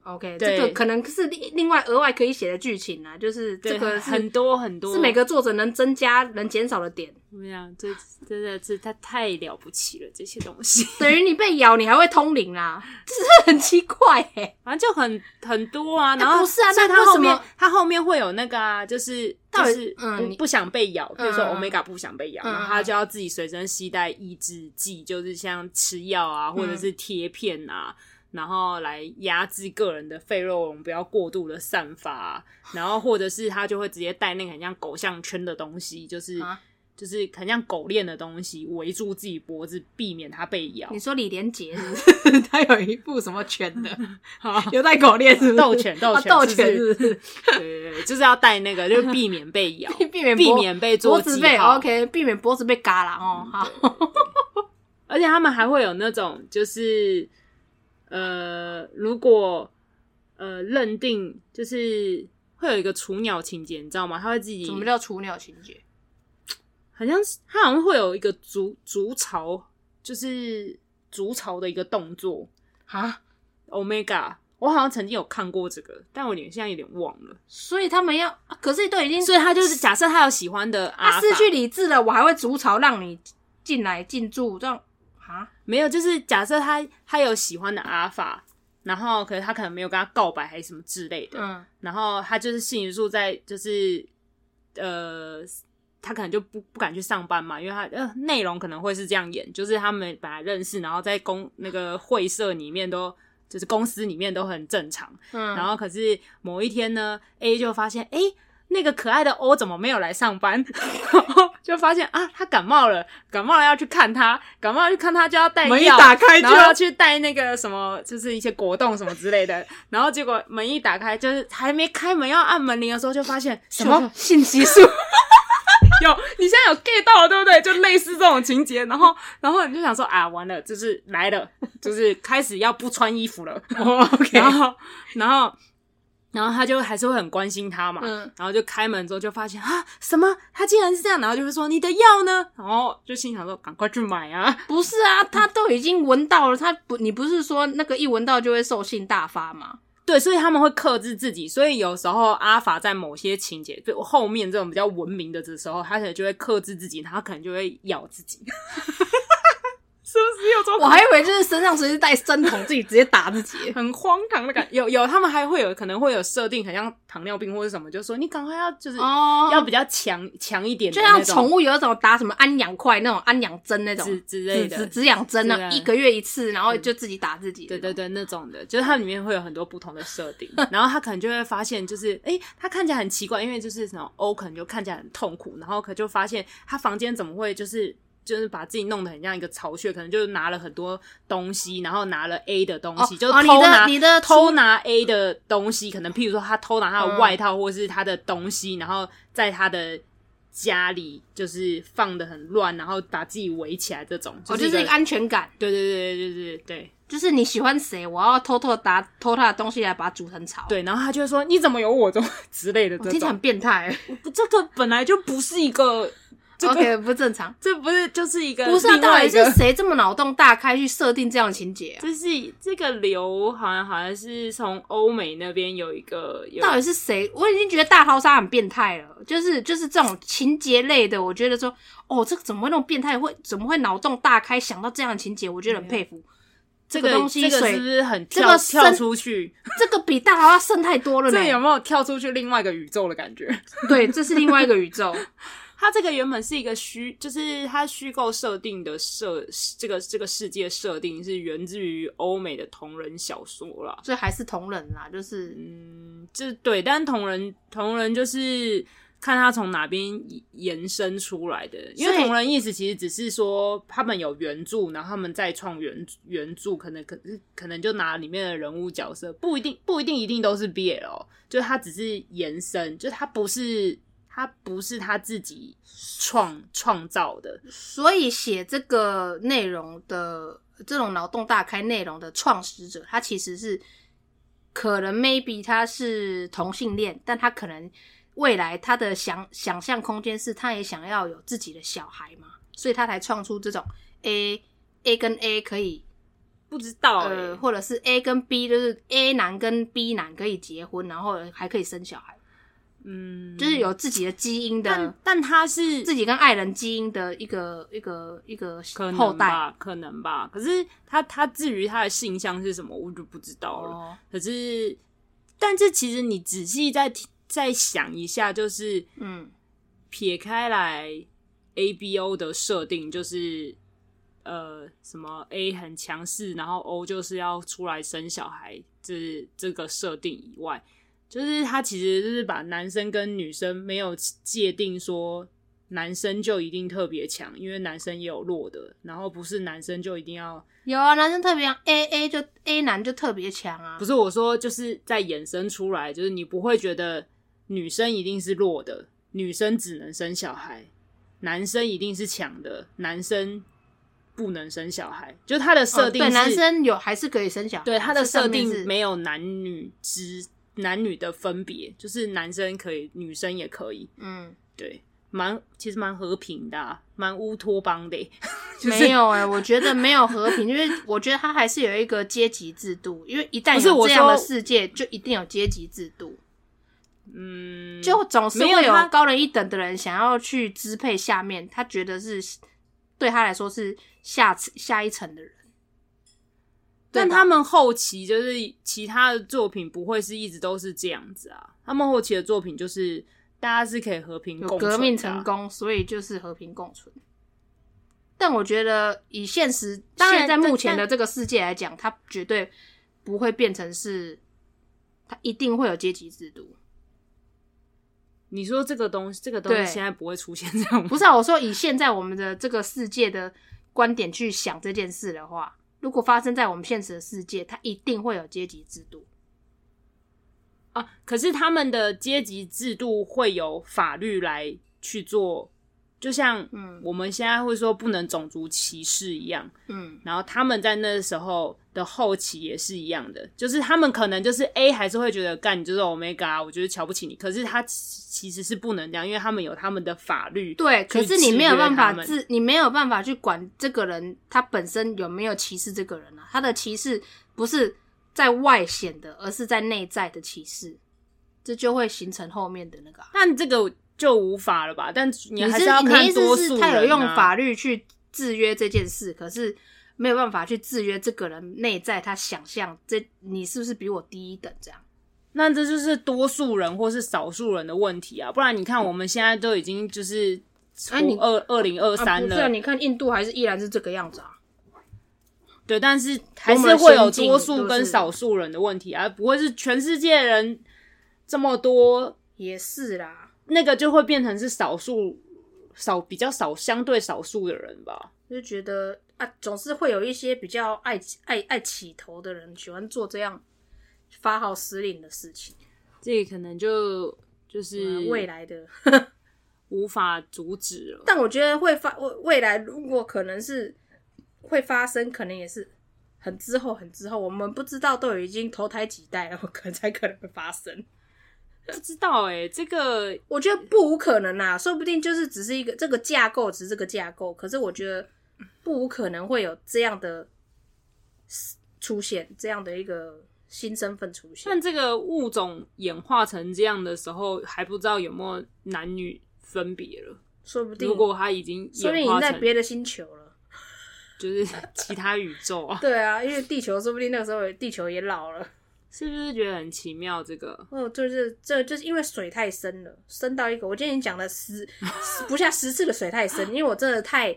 S1: OK，
S3: 对
S1: 这个可能是另另外额外可以写的剧情啦，就是 这
S3: 对
S1: 个是
S3: 很多很多
S1: 是每个作者能增加能减少的点。
S3: 怎么样？这真的是他太了不起了，这些东西，
S1: 等于你被咬，你还会通灵啦，这是很奇怪哎、
S3: 反正就很 很多啊。然后
S1: 不是啊
S3: 所以
S1: 那
S3: 他
S1: 为
S3: 后
S1: 什么
S3: 面他后面会有那个啊，就是
S1: 到
S3: 就
S1: 底
S3: 是
S1: 嗯
S3: 不
S1: 你
S3: 不想被咬，比如说
S1: 嗯嗯
S3: omega 不想被咬，
S1: 嗯
S3: 然后
S1: 嗯
S3: 他
S1: 嗯
S3: 就要自己随身携带抑制剂，就是像吃药啊，或
S1: 嗯
S3: 者是贴片啊。然后来压制个人的肺肉膜不要过度的散发啊、然后或者是他就会直接带那个很像狗项圈的东西，就是、
S1: 啊
S3: 就是很像狗链的东西围住自己脖子，避免它被咬
S1: 你。说李连杰是不是？ 他有一部什么拳的
S3: 好
S1: 有带狗链 是不是？
S3: 斗犬，斗
S1: 啊
S3: 犬，
S1: 斗
S3: 就
S1: 犬
S3: 是
S1: 是不是？
S3: 对对对，就是要带那个，就是避免被咬，
S1: 避免
S3: 避
S1: 脖
S3: 免被做
S1: 脖子
S3: 记
S1: 被
S3: 号。
S1: OK，避免脖子被嘎啦哦。好，
S3: 而且他们还会有那种，就是呃，如果呃认定就是会有一个雏鸟情节，你知道吗？他会自 己
S1: 什么叫雏鸟情节？
S3: 好像是他好像会有一个筑筑巢，就是筑巢的一个动作。
S1: 啊，
S3: Omega，我好像曾经有看过这个，但我有点现在有点忘了。
S1: 所以他们要，啊可是都已经
S3: 所以他就是假设他有喜欢的阿
S1: 啊
S3: 法
S1: 失去理智了，我还会筑巢让你进来进驻，这样啊？
S3: 没有，就是假设他他有喜欢的阿法，然后可是他可能没有跟他告白还是什么之类的，
S1: 嗯，
S3: 然后他就是性元素在就是呃，他可能就不不敢去上班嘛，因为他呃内容可能会是这样演，就是他们本来认识，然后在公那个会社里面都就是公司里面都很正常，
S1: 嗯
S3: 然后可是某一天呢，A 就发现，哎、那个可爱的 O 怎么没有来上班？ 然后就发现啊，他感冒了，感冒了要去看他，感冒了去看他就要带
S1: 门一
S3: 药，
S1: 打开
S3: 然
S1: 就
S3: 后要去带那个什么，就是一些果冻什么之类的。然后结果门一打开，就是还没开门要按门铃的时候，就发现什么
S1: 信息素？
S3: 有，你现在有 get 到了，对不对？就类似这种情节，然后，然后你就想说啊，完了，就是来了， 就是开始要不穿衣 服了。
S1: OK
S3: 然后，然后，然后他就还是会很关心他嘛。
S1: 嗯
S3: 然后就开门之后就发现啊，什么？他竟然是这样，然后就会说你的药呢？然后就心想说，赶快去买啊！
S1: 不是啊，他都已经闻到了，他不，你不是说那个一闻到就会兽性大发吗？
S3: 对，所以他们会克制自己，所以有时候阿法在某些情节，就后面这种比较文明 的这时候，他可能就会克制自己，他可能就会咬自己，是不是有这
S1: 我
S3: 种
S1: 还以为就是身上随时带针筒，自己直接打自己。
S3: 很荒唐的感觉。有有，他们还会有可能会有设定，很像糖尿病或者什么，就说你赶快要就是、
S1: 哦
S3: 要比较强强一点的
S1: 就
S3: 那
S1: 像
S3: 种，
S1: 宠物有一种打什么安养块那种安养针那种
S3: 之之类
S1: 止
S3: 的
S1: 止止痒针
S3: 是
S1: 呢，
S3: 啊
S1: 一个月一次，然后就自己打自己。
S3: 对对，对，那种的，就是它里面会有很多不同的设定， 然后他可能就会发现，就是诶，他看起来很奇怪，因为就是那种欧可能就看起来很痛苦，然后可就发现他房间怎么会就是。就是把自己弄得很像一个巢穴，可能就拿了很多东西，然后拿了 A 的东西，
S1: 哦
S3: 就
S1: 哦
S3: 偷
S1: 你的
S3: 拿、
S1: 你的
S3: 偷
S1: 出
S3: 拿 A 的东西，可能譬如说他偷拿他的外套或是他的东西，然后在他的家里就是放的很乱，然后把自己围起来，这种
S1: 我
S3: 哦
S1: 哦
S3: 是
S1: 就是一个安全感，
S3: 对对对对对对对。
S1: 就是你喜欢谁，我要偷偷地打偷他的东西来把它煮成草。，
S3: 对，然后他就会说：“你怎么有我这 种之类的
S1: 我
S3: 这
S1: 听起来
S3: 种
S1: 很？”变态欸。
S3: 不这个本哦来就不是一个，这个
S1: OK，不正常。
S3: 这不是就是一个
S1: 不是、啊，
S3: 另
S1: 到
S3: 外
S1: 底
S3: 一
S1: 是
S3: 个，
S1: 谁这么脑洞大开去设定这样的情节、啊？
S3: 就是这个流好像好像是从欧美那边有一个有
S1: 到底是谁？我已经觉得大逃杀很变态了，就是就是这种情节类的，我觉得说，哦，这个怎么会那么变态？会怎么会脑洞大开想到这样的情节？我觉得很佩服。
S3: 这
S1: 个
S3: 个
S1: 东西
S3: 这个
S1: 水，
S3: 是不是很
S1: 这
S3: 跳
S1: 个
S3: 跳
S1: 深
S3: 出去？
S1: 这个比大逃杀深太多了呢
S3: 这。有没有跳出去另外一个宇宙的感觉？
S1: 对，这是另外一个宇宙。
S3: 它这个原本是一个虚，就是它虚构设定的设这个这个世界设定是源自于欧美的同人小说啦。
S1: 所以还是同人啦，就是
S3: 嗯，就是对，但同人同人就是看他从哪边延伸出来的，因为
S1: 所以
S3: 同人意思其实只是说他们有原著，然后他们再创原原著，可能可可能就拿里面的人物角色，不一定不一定一定都是 BL，就是他只是延伸，就是他不是他不是他自己创创造的，
S1: 所以写这个内容的呃这种脑洞大开内容的创始者，他其实是可能 maybe 他是同性恋，但他可能未来他的想想象空间是他也想要有自己的小孩嘛，所以他才创出这种 A A 跟 A 可以
S3: 不知道、欸
S1: 呃，或者是 A 跟 B 就是 A 男跟 B 男可以结婚，然后还可以生小孩，
S3: 嗯，
S1: 就是有自己的基因的
S3: 但但他是
S1: 自己跟爱人基因的一个一个一个
S3: 可能
S1: 后代。
S3: 吧，可能吧。可是他他至于他的性向是什么，我就不知道了。
S1: 哦，
S3: 可是，但是其实你仔细再听再想一下，就是
S1: 嗯，
S3: 撇开来 A B O 的设定，就是呃什么 A 很强势，然后 O 就是要出来生小孩，这这个设定以外，就是他其实就是把男生跟女生没有界定说。男生就一定特别强，因为男生也有弱的，然后不是男生就一定要
S1: 有啊，男生特别强，A A 就 A 男就特别强啊
S3: 不。是我说，就是在衍生出来，就是你不会觉得女生一定是弱的，女生只能生小孩，男生一定是强的，男生不能生小孩。就他的设定
S1: 哦
S3: 是、
S1: 对男生有还是可以生小孩，
S3: 对他的
S1: 这
S3: 设
S1: 上面是
S3: 定没有男女之男女的分别，就是男生可以，女生也可以，
S1: 嗯、
S3: 对，蛮其实蛮和平的、啊，蛮乌托邦的欸、就是
S1: 没有哎、我觉得没有和平，因 为我觉得他还是有一个阶级制度，因为一旦
S3: 不是
S1: 有
S3: 我
S1: 这样的
S3: 说
S1: 世界，就一定有阶级制度，
S3: 嗯，
S1: 就总是
S3: 没有
S1: 会有
S3: 他
S1: 高人一等的人想要去支配下面，他觉得是对他来说是下下一层的人。
S3: 但
S1: 对吧
S3: 他们后期就是其他的作品不会是一直都是这样子啊，他们后期的作品就是大家是可以和平
S1: 有
S3: 共
S1: 革命
S3: 存的啊
S1: 成，功，所以就是和平共存。但我觉得以现实，
S3: 当然
S1: 现在目前
S3: 但
S1: 的这个世界来讲，它绝对不会变成是，它一定会有阶级制度。
S3: 你说这个东西，这个东西
S1: 对
S3: 现在不会出现这样吗？
S1: 不是啊，我说以现在我们的这个世界的观点去想这件事的话，如果发生在我们现实的世界，它一定会有阶级制度。
S3: 啊，可是他们的阶级制度会有法律来去做，就像
S1: 嗯
S3: 我们现在会说不能种族歧视一样，
S1: 嗯，
S3: 然后他们在那时候的后期也是一样的，就是他们可能就是 A 还是会觉得干你就是 Omega，啊我觉得瞧不起你，可是他其其实是不能这样，因为他们有他们的法律。
S1: 对。可是你没有办
S3: 去制约他
S1: 法
S3: 们
S1: 自，你没有办法去管这个人他本身有没有歧视这个人啊？他的歧视不是在外显的，而是在内在的歧视，这就会形成后面的那个啊、
S3: 但这个就无法了吧？但你
S1: 你
S3: 还
S1: 是
S3: 要
S1: 你的
S3: 看
S1: 意
S3: 多
S1: 思
S3: 数
S1: 是
S3: 人、啊。
S1: 他有用法律去制约这件事，可是没有办法去制约这个人内在他想象，这你是不是比我低一等这样？
S3: 那这就是多数人或是少数人的问题啊，不然你看我们现在都已经就是
S1: 哎你
S3: 从二二零二
S1: 啊
S3: 三
S1: 不
S3: 了，
S1: 是啊，你看印度还是依然是这个样子啊。
S3: 对，但是还
S1: 多么
S3: 是
S1: 的
S3: 会有
S1: 先进
S3: 多数
S1: 都
S3: 跟
S1: 是
S3: 少数人的问题啊，不会是全世界人这么多，
S1: 也是啦，
S3: 那个就会变成是少数少比较少相对少数的人吧。
S1: 就觉得啊，总是会有一些比较爱爱爱起头的人，喜欢做这样发号施令的事情。
S3: 这可能就就是
S1: 嗯未来的，
S3: 无法阻止了。
S1: 但我觉得会发未未来如果可能是会发生，可能也是很之后很之后，我们不知道都已经投胎几代了， 可能才可能会发生。
S3: 不知道哎、这个
S1: 我觉得不无可能啦，说不定就是只是一个这个架构，只是这个架构。可是我觉得不无可能会有这样的出现，这样的一个新身份出现。
S3: 但这个物种演化成这样的时候，还不知道有没有男女分别了。
S1: 说不定，
S3: 如果它已经
S1: 说不定
S3: 演
S1: 已经
S3: 化
S1: 在
S3: 成
S1: 别的星球了。
S3: 就是 其他宇宙啊，
S1: 对啊，因为地球说不定那个时候也地球也老了。
S3: 是不是觉得很奇妙？这个
S1: 哦，就是这就是因为水太深了，深到一个我今天已经讲了十十不下十次的水太 深，因为我真的太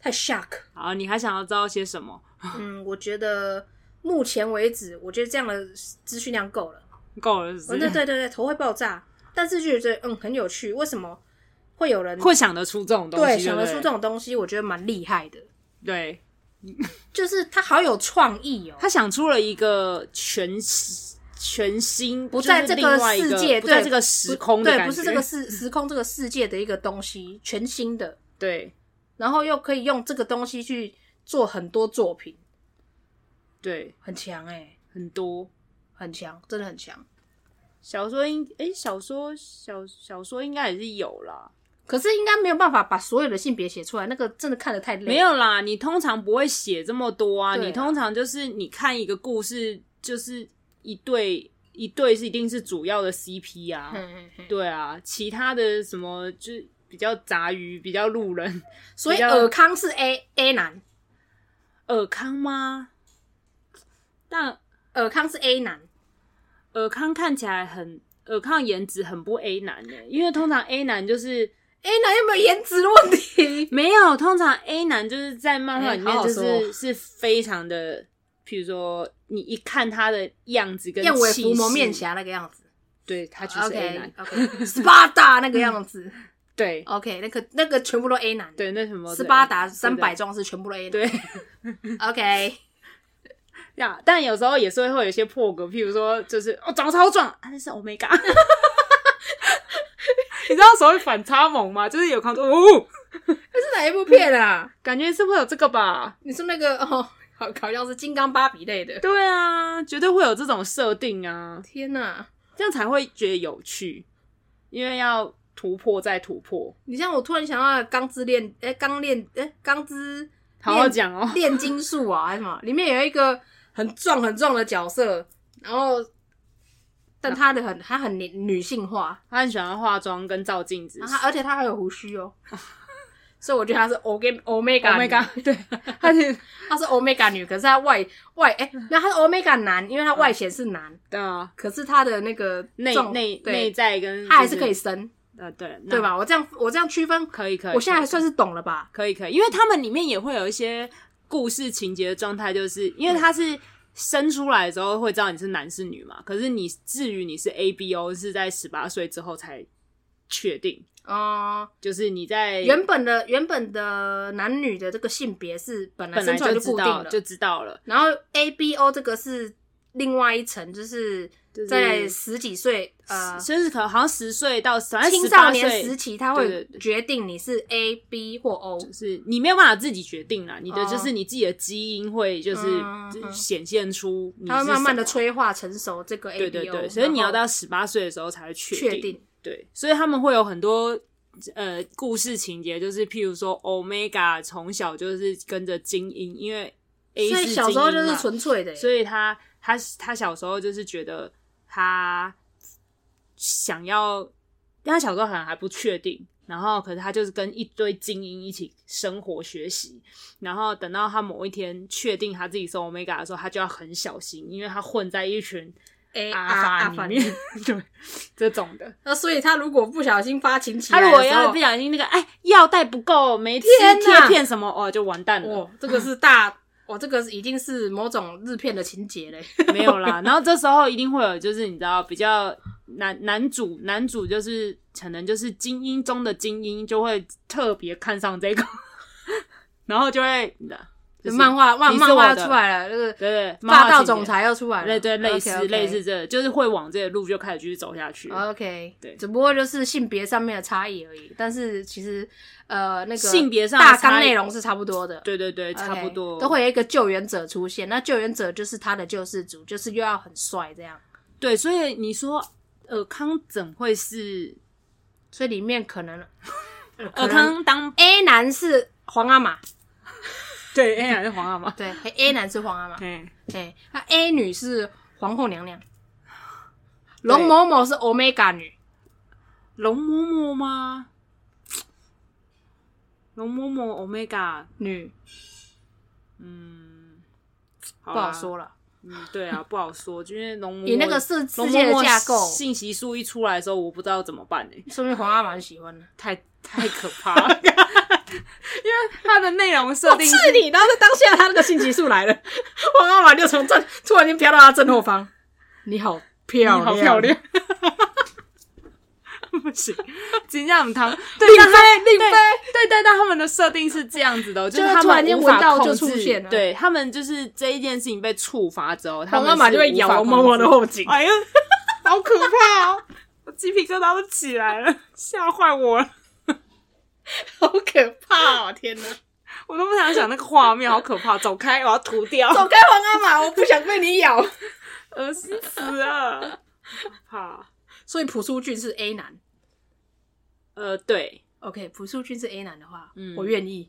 S1: 太 shock。
S3: 好，你还想要知道些什么？
S1: 嗯，我觉得目前为止，我觉得这样的资讯量够了。
S3: 够了是
S1: 哦，
S3: 不
S1: 对
S3: 是，
S1: 对对对，头会爆炸，但是就觉得嗯很有趣，为什么会有人
S3: 会想得出这种东西，
S1: 对
S3: 对
S1: 想得出这
S3: 种，
S1: 种东西？我觉得蛮厉害的，
S3: 对
S1: 就是他好有创意哦。
S3: 他想出了一个全新全新，
S1: 不在
S3: 就是
S1: 这个
S3: 另外一
S1: 世界
S3: 不在
S1: 对
S3: 这个时空的
S1: 对，
S3: 感
S1: 不
S3: 觉，
S1: 是这个世时空这个世界的一个东西，全新的，
S3: 对
S1: 然后又可以用这个东西去做很多作品，
S3: 对
S1: 很强哎、
S3: 很多。
S1: 很强，真的很强。
S3: 小说应诶、小说小小说应该也是有啦，
S1: 可是应该没有办法把所有的性别写出来，那个真的看得太累。
S3: 没，有啦。你通常不会写这么多啊，
S1: 对啊
S3: 你通常就是你看一个故事，就是一对一对是一定是主要的 CP
S1: 嗯
S3: 啊，对啊，其他的什么就是比较杂鱼、比较路人，
S1: 所以
S3: 比较
S1: 尔康是 A A 男，
S3: 尔康吗？但
S1: 尔康是 A 男，
S3: 尔康看起来很，尔康颜值很不 A 男呢、因为通常 A 男就是
S1: 哎，那有没有颜值的问 题？
S3: 没有，通常 A 男就是在漫画里
S1: 哎
S3: 面
S1: 好好
S3: 就是、
S1: 说
S3: 是非常的，譬如说你一看他的样子跟
S1: 燕尾
S3: 气
S1: 伏魔
S3: 势
S1: 面，侠那个样子
S3: 对他就是 A 男
S1: ，OK OK，斯巴达那个样子
S3: 对
S1: ，OK，那个那个全部都 A 男，，
S3: 对，那什么
S1: 斯巴达
S3: 对
S1: 三百壮士全部都 A 男
S3: 对。对
S1: ，OK，
S3: 呀，但有时候也是会有一些破格，譬如说就是哦长得超壮，啊那是 Omega，你知道所谓反差萌吗？就是有看到哦，
S1: 这是哪一部片啊？
S3: 感觉是会有这个吧？
S1: 你说那个哦，好好像是金刚芭比类的。
S3: 对啊，绝对会有这种设定啊，
S1: 天哪！
S3: 这样才会觉得有趣，因为要突破再突破。
S1: 你像我突然想到《钢之炼》，哎，《钢炼》，哎，《钢之》
S3: 好好讲哦，
S1: 炼金术啊，还是什么？里面有一个很壮很壮的角色，然后但他的很他很女女性化，
S3: 他很喜欢化妆跟照镜子
S1: 然后他而且他还有胡须 哦，所以我觉得他是 Omega Omega 女
S3: ，Omega，对，Oh 他是
S1: 他是 Omega 女，可是他外外哎，那、他是 Omega 男，因为他外显是男，
S3: 对啊，
S1: 可是他的那个
S3: 内
S1: 重
S3: 内
S1: 对
S3: 内在跟
S1: 他还是可以
S3: 就
S1: 生，
S3: 呃对
S1: 对？吧？我这样我这样区分
S3: 那，可以可以，
S1: 我现在
S3: 可
S1: 还
S3: 以
S1: 算是懂了吧？
S3: 可以可以，因为他们里面也会有一些故事情节的状态，就是因为他是生出来之后会知道你是男是女嘛，可是你至于你是 A B O 是在十八岁之后才确定，
S1: 哦、
S3: 就是你在
S1: 原本的原本的男女的这个性别是本来
S3: 本
S1: 生
S3: 来
S1: 出来
S3: 就
S1: 固
S3: 知
S1: 定
S3: 道
S1: 了，
S3: 就知道了，
S1: 然后 A B O 这个是另外一层，就是
S3: 就是
S1: 在十几岁呃
S3: 就是可能好像十岁到反正
S1: 青
S3: 十
S1: 少
S3: 八
S1: 年
S3: 岁
S1: 时期，他
S3: 对
S1: 会
S3: 对对
S1: 决定你是 A B 或 O。
S3: 就是你没有办法自己决定啦，你的
S1: 哦
S3: 就是你自己的基因会就是
S1: 嗯嗯嗯
S3: 显现出你是
S1: 他会慢慢的
S3: 什么
S1: 催化成熟这个 A
S3: 对
S1: B
S3: 对
S1: O，
S3: 对，所以你要到十八岁的时候才会
S1: 确定，
S3: 对，所以他们会有很多呃故事情节，就是譬如说 Omega 从小就是跟着精英，因为 A
S1: 所以
S3: 是
S1: 小时候就
S3: 精英
S1: 是
S3: 嘛
S1: 纯粹的耶，
S3: 所以他他他小时候就是觉得他想要但他小时候好像还不确定。然后，可是他就是跟一堆精英一起生活学习。然后等到他某一天确定他自己是 omega 的时候，他就要很小心，因为他混在一群
S1: 哎
S3: 阿
S1: 阿
S3: 法
S1: 法
S3: 里面，对 这种的。
S1: 那所以他如果不小心发情起
S3: 他
S1: 来的
S3: 如
S1: 时候，
S3: 果要不小心那个哎药带不够没吃
S1: 天哪
S3: 贴片什么哦就完蛋了
S1: 哇，，这个是大，哇，这个已经是某种日片的情节嘞。
S3: 没有啦。然后这时候一定会有就是你知道比较男男主男主就是可能就是精英中的精英就会特别看上这个， 然后就会 就是
S1: 漫画漫
S3: 你是
S1: 漫
S3: 我
S1: 画要
S3: 的
S1: 出来了，那个
S3: 对对漫
S1: 霸
S3: 画
S1: 道
S3: 情节
S1: 总裁要出来了，
S3: 对对类
S1: OK，
S3: 似
S1: OK
S3: 类似。这就是会往这个路就开始继续走下去。
S1: 哦 OK，
S3: 对
S1: 只不过就是性别上面的差异而已，但是其实呃那个
S3: 性别上的
S1: 大
S3: 差
S1: 纲
S3: 异
S1: 内容是差不多的，
S3: 对对对，
S1: OK，
S3: 差不多
S1: 都会有一个救援者出现，那救援者就是他的救世主，就是又要很帅这样，
S3: 对，所以你说尔康怎会是
S1: 所以里面可 能
S3: 尔康当
S1: A 男是皇阿玛，
S3: 对
S1: 哎
S3: A 还是皇阿 玛？
S1: 对，A 男是皇阿玛，
S3: 嗯，
S1: 哎，那 A 女是皇后娘娘，龙某某是 Omega 女，
S3: 龙嬷嬷吗？龙嬷嬷 Omega，
S1: 女
S3: 嗯，
S1: 不
S3: 好啦
S1: 好。说了，
S3: 嗯，对啊，不好说，因为龙嬷嬷
S1: 以那个世世
S3: 龙
S1: 界的
S3: 嬷嬷
S1: 架构，
S3: 信息素一出来的时候，我不知道怎么办呢、欸
S1: 说明皇阿玛很喜欢呢。
S3: 太太可怕了， 因为它的内容设定
S1: 哦是你，然后在当下他那个性激素来了， 皇阿玛就从正突然间飘到他正后方，你好漂亮，
S3: 你好 漂亮，不行，金酱 汤对
S1: 令
S3: 但他
S1: 妃令
S3: 对
S1: 妃
S3: 对对，但他们的设定是这样子的哦，
S1: 就是
S3: 是他
S1: 突然
S3: 们
S1: 间
S3: 无法
S1: 闻到
S3: 控
S1: 就
S3: 制
S1: 出现了
S3: 对他们就是这一件事情被触发之后，他
S1: 皇阿
S3: 们
S1: 玛
S3: 是
S1: 就会
S3: 无
S1: 咬
S3: 法
S1: 龙
S3: 控
S1: 嬷嬷
S3: 制
S1: 的后颈。
S3: 哎呀，好可怕哦！我 鸡皮疙瘩都起来了，吓坏我了，
S1: 好可怕哦！天哪， 走
S3: 我都不想想那个画面，好可怕！走开，我要涂掉，
S1: 开皇阿玛，我不想被你咬。
S3: 恶心死了，怕。
S1: 所以朴树俊是 A 男
S3: 呃，对，
S1: ，OK，朴树俊是 A 男的话，
S3: 嗯
S1: 我愿意。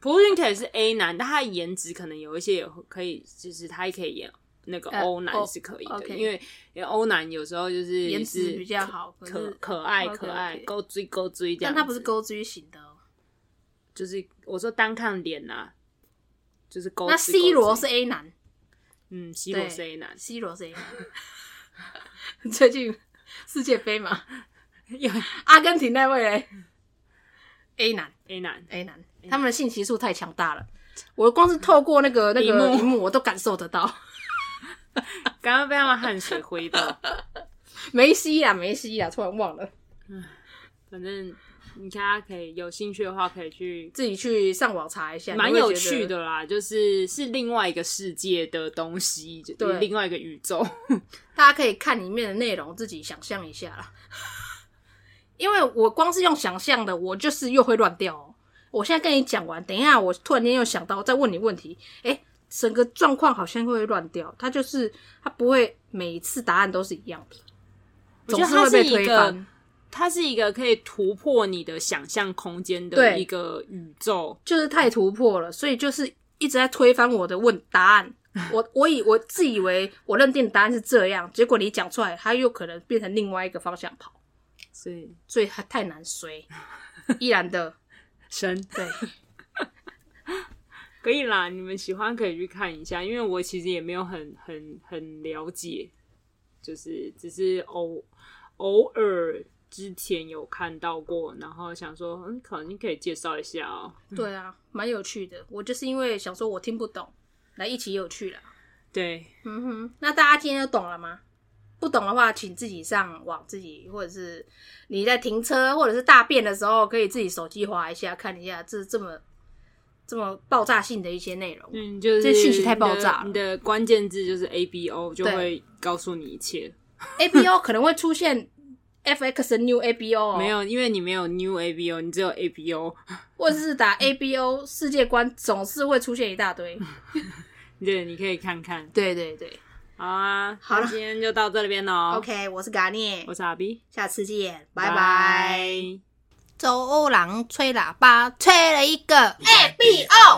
S3: 朴俊可以是 A 男，但他的颜值可能有一些也会可以，就是他也可以演那个
S1: 呃
S3: O 男
S1: 哦
S3: 是可以的，
S1: ，OK
S3: 因为因为 O 男有时候就是
S1: 颜值
S3: 是
S1: 比较好可
S3: 可
S1: 是
S3: 可爱
S1: OK，
S3: 可爱，
S1: OK
S3: 勾追勾追这
S1: 但
S3: 样子。
S1: 他不是勾追型的哦，
S3: 就是我说单看脸呐、啊，就是勾
S1: 那
S3: 追勾
S1: C 罗
S3: 追
S1: 是 A 男
S3: 嗯，C 罗
S1: 对
S3: 是 A 男，
S1: ，C 罗是 A 男。 最近世界杯嘛，
S3: 因为
S1: 阿根廷那位嘞 A 男
S3: A 男
S1: A 男，他们的性激素太强大了，我光是透过那个那
S3: 荧
S1: 个
S3: 幕
S1: 嗯荧幕，我都感受得到。
S3: 刚刚被他们汗水挥到，
S1: 梅西啦，梅西啊啦，突然忘了，
S3: 反正你看他可以有兴趣的话可以去。
S1: 自己去上网查一下，
S3: 蛮
S1: 你会
S3: 有
S1: 觉得
S3: 趣。的啦，就是是另外一个世界的东西，就
S1: 对
S3: 另外一个宇宙。
S1: 大家可以看里面的内容，自己想象一下啦。 因为我光是用想象的，我就是又会乱掉哦。我现在跟你讲完，等一下我突然间又想到，再问你问题，哎、整个状况好像会乱掉。它就是它不会每一次答案都是一样的，
S3: 我觉
S1: 总
S3: 得
S1: 是会被推
S3: 它是一
S1: 翻
S3: 个。它是一个可以突破你的想象空间的
S1: 对
S3: 一个宇宙。
S1: 就是太突破了，所以就是一直在推翻我的问答 案。我我以我自以为我认定答案是这样，结果你讲出来，它又可能变成另外一个方向跑，
S3: 所以
S1: 所以它太难随。依然的，
S3: 神
S1: 对，
S3: 可以啦，你们喜欢可以去看一下，因为我其实也没有很很很了解，就是只是偶偶尔之前有看到过，然后想说，嗯，可能你可以介绍一下哦、
S1: 对啊，蛮有趣的。我就是因为想说我听不懂，来一起有趣了。
S3: 对，
S1: 嗯哼，那大家今天就懂了吗？不懂的话，请自己上网，自己或者是你在停车或者是大便的时候，可以自己手机划一下，看一下这这么这么爆炸性的一些内容。
S3: 嗯，就是
S1: 这讯息太爆炸了
S3: 你的你的关键字就是 A B O 就
S1: 对
S3: 会告诉你一切。
S1: A B O 可能会出现 F X New A B O，、哦、
S3: 没，有，因为你没有 New A B O，你只有 A B O。
S1: 或者是打 A B O 世界观，总是会出现一大堆。
S3: 对，你可以看看。
S1: 对对对
S3: 好啊，
S1: 好
S3: 那
S1: 了
S3: 今天就到这边喽。
S1: ，OK，我是嘎聂
S3: 我，是阿 B，
S1: 下次见，拜拜。
S3: 拜
S1: 周欧郎吹喇叭，吹了一个 A B O。